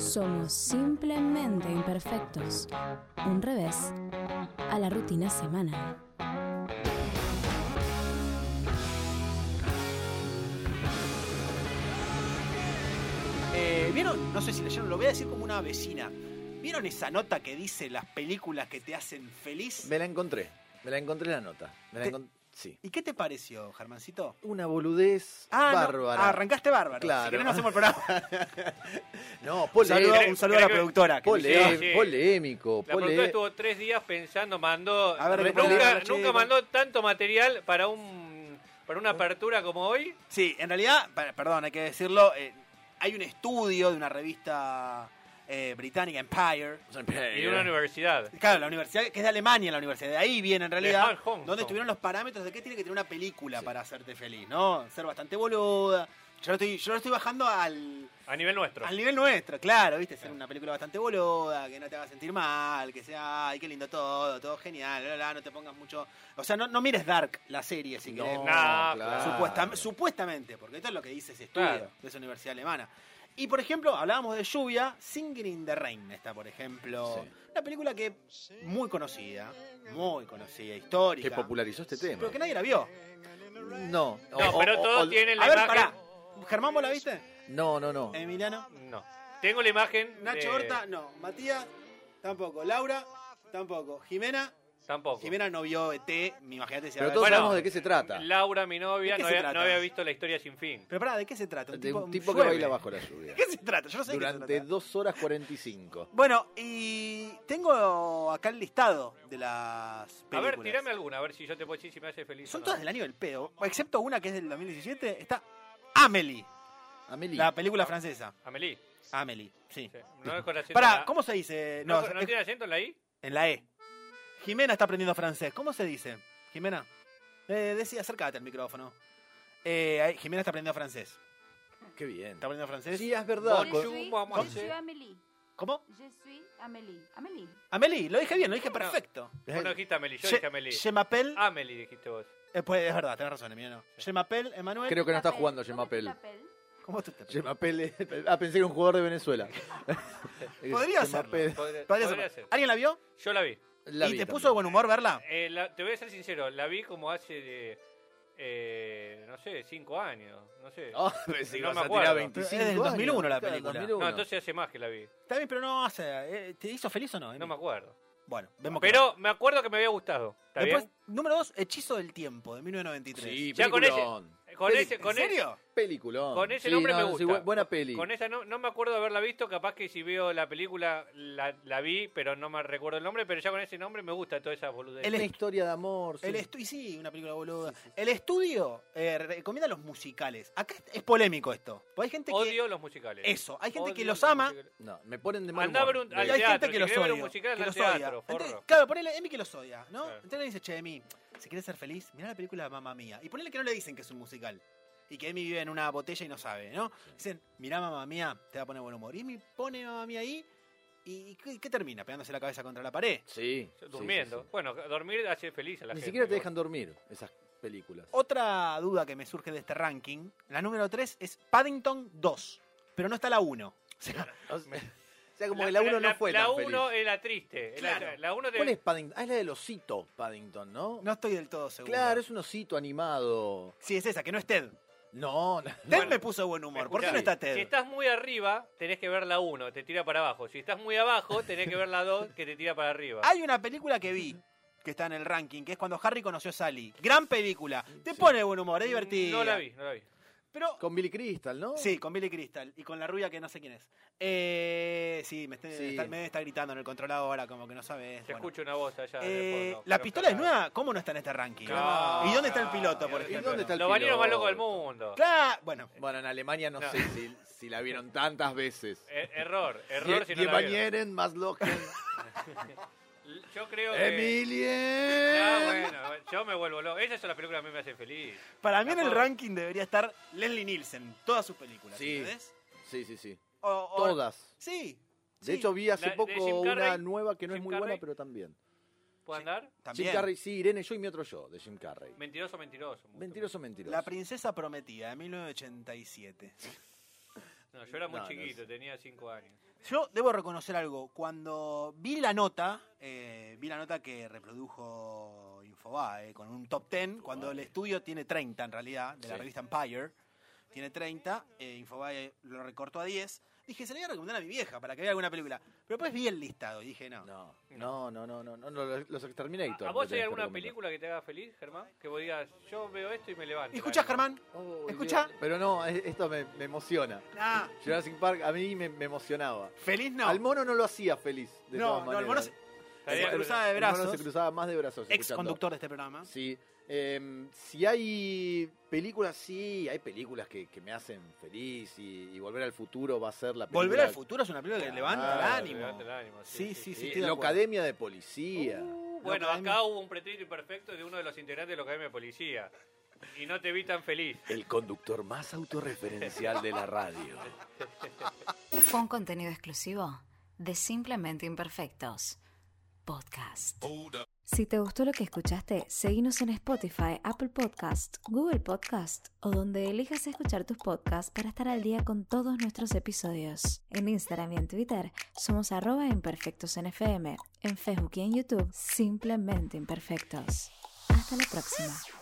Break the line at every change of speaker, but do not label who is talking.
Somos simplemente imperfectos. Un revés a la rutina semanal.
Eh, ¿Vieron? No sé si leyeron, lo voy a decir como una vecina. ¿Vieron esa nota que dice las películas que te hacen feliz?
Me la encontré. Me la encontré la nota. Me la
Te-
encon- Sí.
¿Y qué te pareció, Germancito?
Una boludez
Ah, no.
bárbara.
Ah, arrancaste bárbaro. Si
Claro.
querés no hacemos el programa.
No,
Un
pole-
saludo, un saludo a la
creo que-
productora. que
pole-
nos lleva.
Sí, sí.
Polémico.
La productora
pole-
estuvo tres días pensando, mandó.
A ver,
re-
¿qué
nunca,
ponemos,
nunca
che?
mandó tanto material para un para una apertura como hoy.
Sí, en realidad, pa- perdón, hay que decirlo, eh, hay un estudio de una revista eh, británica, Empire,
Y
Eh.
de una universidad.
Claro, la universidad, que es de Alemania la universidad, de ahí viene en realidad,
Hong Kong.
donde estuvieron los parámetros de qué tiene que tener una película para hacerte feliz, ¿no? Ser bastante boluda. Yo lo estoy, yo lo estoy bajando al,
A nivel nuestro.
al nivel nuestro, claro, ¿viste? Ser una película bastante boluda, que no te haga sentir mal, que sea, ay, qué lindo todo, todo genial, bla, bla, bla, no te pongas mucho. O sea, no, no mires Dark, la serie, si querés.
No,
Nah,
claro.
Supuestam- supuestamente, porque esto es lo que dice ese estudio
Claro.
de esa universidad alemana. Y por ejemplo, hablábamos de lluvia, Singing in the Rain está, por ejemplo.
Sí.
Una película que muy conocida, muy conocida, histórica.
que popularizó este tema.
Pero que nadie la vio.
No.
No,
O-
pero
o-
todos
o-
tienen la
A ver,
imagen.
pará. Germán, ¿vos la viste?
No, no, no.
Emiliano.
No. Tengo la imagen.
Nacho
Eh.
de-
Horta, no. Matías, tampoco. Laura, tampoco. Jimena,
Tampoco.
Jimena no vio ET, me imagínate si
Pero
habrá-
todos
Bueno,
sabemos de qué se trata.
Laura, mi novia,
¿De qué
no
se
había,
trata?
no había visto la historia sin fin.
Pero pará, ¿de qué se trata?
De un tipo que
llueve.
baila bajo la
¿De
lluvia.
qué se trata? Yo no sé de qué se
Durante
trata.
2 horas 45.
Bueno, y tengo acá el listado de las
A
películas.
ver, tirame alguna, a ver si yo te puedo decir si me hace feliz. o
Son
no.
todas del año del pedo, excepto una que es del 2017. Está Amélie,
Amelie.
la película francesa.
Amelie.
Amélie, sí.
sí. No es con acento en
Pará,
la-
¿cómo se dice?
¿No,
No, eh,
no
es-
tiene acento en la I?
en la E. Jimena está aprendiendo francés. ¿Cómo se dice? Jimena, eh, decí, acércate al micrófono. Eh, ahí, Jimena está aprendiendo francés.
Qué bien.
¿Está aprendiendo francés?
Sí, es verdad.
Bonjour,
con-
maman.
Je suis Amélie.
¿Cómo?
Je suis Amélie. Amélie.
Amélie, lo dije bien, lo dije perfecto.
Vos no dijiste Amelie, yo
Je-
dije Amelie.
Je m'appelle-
Amelie dijiste vos.
eh, pues, es verdad, tenés razón, Emiliano. Je m'appelle Emanuel.
Creo que no está
Papel.
jugando
¿Cómo te
Gemapel.
papel?
¿Cómo tú te
Gemapel. Ah, pensé que era un jugador de Venezuela.
Podría
Gemapel.
Podría,
Podría
podría
ser.
ser.
¿Alguien la vio?
Yo la vi.
La
¿Y
vi
te
también.
puso de buen humor verla?
Eh, la- te voy a ser sincero, la vi como hace, de, eh, no sé, cinco años, no sé.
Ah, pensé que
No
ibas
me
a tirar
acuerdo. Pero
es
25
del 2001 la
años. Claro,
película.
2001.
no, entonces hace más que la vi,
Está bien, pero no, o sea, eh, ¿te hizo feliz o no? Emi?
no me acuerdo.
Bueno, vemos que
Pero me acuerdo que me había gustado,
no.
¿está
Después,
bien?
número dos, Hechizo del Tiempo, de 1993.
Sí,
Ya con ese-
peliculón.
Con
Peli-
ese, con
¿En serio?
Peliculón.
Con ese
Sí,
nombre
no,
me
sí,
gusta.
bu- buena peli.
Con esa no, no me acuerdo de haberla visto, capaz que si veo la película la, la vi, pero no me recuerdo el nombre, pero ya con ese nombre me gusta toda esa boludez.
El-
Una historia de amor. sí.
El estu- y sí, una película boluda. El estudio eh, recomienda los musicales. Acá es polémico esto. Porque hay gente
Odio
que.
los musicales.
Eso, hay gente que
Odio
los ama
musicales.
No, me ponen de mal
Andá a ver
humor.
un,
De-
al
y hay
teatro,
gente que
si
los
querés ver
odia.
un musical,
que
al
los
teatro,
odia. Entonces,
forro.
claro, ponele Emi que los odia, ¿no?
Claro.
Entonces le dice, che, Emi, si quieres ser feliz, mirá la película Mamma Mía. Y ponele que no le dicen que es un musical. Y que Emi vive en una botella y no sabe, ¿no? Dicen, mirá Mamma Mía, te va a poner buen humor. Y Emi pone Mamma Mía ahí. ¿Y qué, qué termina? ¿Pegándose la cabeza contra la pared?
Sí. sí,
Durmiendo.
sí, sí.
Bueno, dormir hace feliz a la
Ni
gente.
siquiera te dejan dormir esas películas.
Otra duda que me surge de este ranking, la número 3 es Paddington 2, pero no está la 1. O sea,
O sea, o sea, como que la 1 no fue
La
tan
1
feliz.
es la triste. es la-
Claro.
La 1
¿Cuál es Paddington? Ah, es la del osito Paddington, ¿no?
no estoy del todo seguro.
Claro, es un osito animado.
Sí, es esa, que no es Ted. Ted
No, no.
me puso de buen humor. ¿Por qué no está Ted?
Si estás muy arriba, tenés que ver la 1, te tira para abajo. Si estás muy abajo, tenés que ver la 2, que te tira para arriba.
Hay una película que vi que está en el ranking, que es cuando Harry conoció a Sally. Gran película. Te pone de buen humor,
Mm,
es divertido.
No la vi, no la vi.
Pero
Con Billy Crystal, ¿no?
sí, con Billy Crystal y con la rubia que no sé quién es. Eh, sí, me, está-
Sí.
está- me está gritando en el controladora como que no sabes.
Se escucha una voz allá. de
Eh,
fondo.
la
Pero
pistola es
claro.
nueva, ¿cómo no está en este ranking?
Claro.
¿Y dónde está el piloto, por
¿Y
ejemplo?
dónde está el
Los bañeros más
piloto?
locos del mundo.
Claro, bueno,
Bueno, en Alemania no,
No.
sé si, si la vieron tantas veces.
Eh, error, error si no
Die
la vieron.
Banieren, más Locken,
Yo creo que... Ah,
Emilien.
bueno, yo me vuelvo loco. Esas son las películas que a mí me hacen feliz.
para mí en el
Tampoco.
ranking debería estar Leslie Nielsen, todas sus películas.
Sí.
¿entendés?
Sí, sí, sí.
O- o-
Todas.
Sí. sí,
De hecho, vi hace
La de
poco
Jim
una
Carrey.
nueva que no es
Jim
muy buena,
Carrey.
pero también.
¿Puedo andar?
también.
Jim Carrey, sí, Irene, yo y mi otro yo, de Jim Carrey.
Mentiroso, mentiroso.
Mentiroso, mentiroso.
La princesa prometida de 1987.
No, yo era muy
No, no
chiquito,
sé.
tenía 5 años.
Yo debo reconocer algo. Cuando vi la nota, eh, vi la nota que reprodujo Infobae eh, con un top 10, cuando el estudio tiene 30 en realidad, de la
Sí.
revista Empire, tiene 30, eh, Infobae lo recortó a 10. Dije, se le voy a recomendar a mi vieja para que vea alguna película. Pero después vi el listado y dije, no.
No, no, no, no, no, no, no, los, los Exterminator.
¿A, a vos
me
hay
tenés que
alguna
recomendar.
película que te haga feliz, Germán? Que vos digas, yo veo esto y me levanto.
¿Y escuchás, Germán?
Oh,
¿Escuchá?
Dios. Pero no, es- esto me, me emociona.
Ah,
Jurassic Park a mí me, me emocionaba.
feliz no.
Al mono no lo hacía feliz. De
no,
todas
no, el mono se,
maneras.
se
Estaría-
cruzaba de
El mono
brazos.
se cruzaba más de brazos.
Ex
escuchando.
conductor de este programa.
Sí. Em, si hay películas, sí, hay películas que, que me hacen feliz y, y Volver al Futuro va a ser la película.
Volver al futuro es una película que
Claro,
levanta el
Te levanta el
ánimo.
ánimo,
Sí, sí, sí. estoy
Eh,
de
la
acuerdo.
Academia de Policía.
Bueno,
Lo que a mí-
acá hubo un pretérito imperfecto de uno de los integrantes de la Academia de Policía. Y no te vi tan feliz.
El conductor más autorreferencial de la radio.
Fue un contenido exclusivo de Simplemente Imperfectos. Podcast. Si te gustó lo que escuchaste, seguinos en Spotify, Apple Podcast, Google Podcast o donde elijas escuchar tus podcasts para estar al día con todos nuestros episodios. En Instagram y en Twitter somos arroba imperfectos en FM. En Facebook y en YouTube, Simplemente Imperfectos. Hasta la próxima.